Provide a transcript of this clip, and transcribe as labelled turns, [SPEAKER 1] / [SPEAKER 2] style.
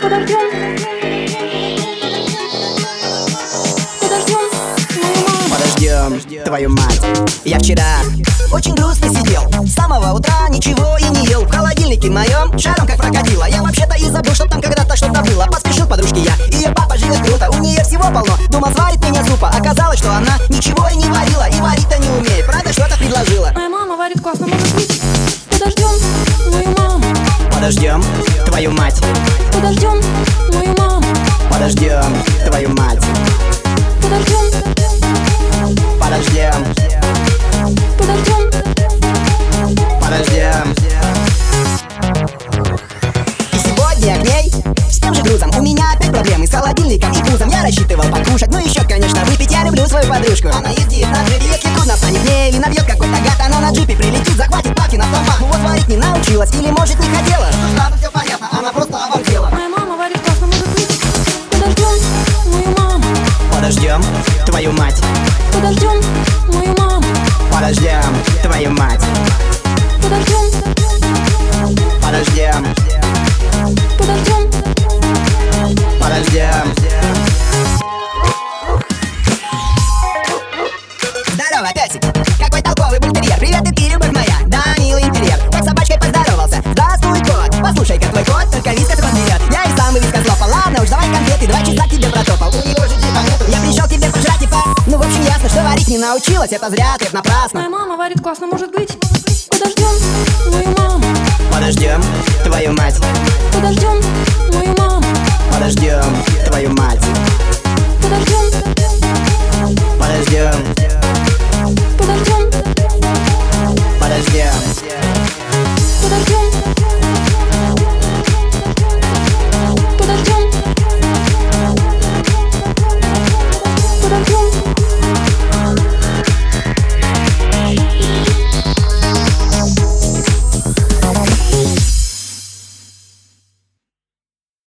[SPEAKER 1] Подождем. Подождем. Мою маму.
[SPEAKER 2] Подождем, твою мать Я вчера очень грустно сидел С самого утра ничего и не ел В холодильнике моем шаром как прокатило Я вообще-то и забыл, что там когда-то что-то было Поспешил к подружке я, ее папа живет круто У нее всего полно, думал сварит меня супа Оказалось, что она ничего и не варила И варить-то не умеет, правда что-то предложила
[SPEAKER 1] Моя мама варит классно, может быть. Подождем. Мою маму.
[SPEAKER 2] Подождем, твою мать
[SPEAKER 1] Подождем. Мою маму.
[SPEAKER 2] Подождем, твою мать
[SPEAKER 1] Подождем.
[SPEAKER 2] Подождем,
[SPEAKER 1] Подождем.
[SPEAKER 2] подождем И сегодня к ней с тем же грузом У меня опять проблемы с холодильником и кузом Я рассчитывал покушать, ну еще, конечно, выпить Я люблю свою подружку Она ездит на джипе, если трудно станет мне Или набьет какой-то гад, она на джипе прилетит Захватит папки на автомат Ну вот варить не научилась или, может, не хотела Ну ладно, все понятно, она просто обалдела
[SPEAKER 1] Моя мама варит классно, может быть. Подождем. Мою маму.
[SPEAKER 2] Подождем, твою мать
[SPEAKER 1] Подождем. Мою маму.
[SPEAKER 2] Подождем, твою мать
[SPEAKER 1] Подождем.
[SPEAKER 2] Подождем,
[SPEAKER 1] Подождем.
[SPEAKER 2] подождем Здорово, песик! Какой толковый бультерьер! Привет, и ты, любовь моя! Да, милый интерьер! Как с собачкой поздоровался! Здравствуй, кот! Послушай-ка, твой кот только вискас подберет! Я и сам вискас лопал! Ладно уж, давай конфеты, два часа к тебе протопал! У него же типа нету! Я пришел к тебе пожрать и по... Ну, в общем, ясно, что варить не научилась, это зря, ты это напрасно!
[SPEAKER 1] Моя мама варит классно, может быть. Подождем. Мою маму.
[SPEAKER 2] Подождем, твою мать!
[SPEAKER 1] Подождем. Мою маму.
[SPEAKER 2] Подождем, твою мать!
[SPEAKER 1] Подождем.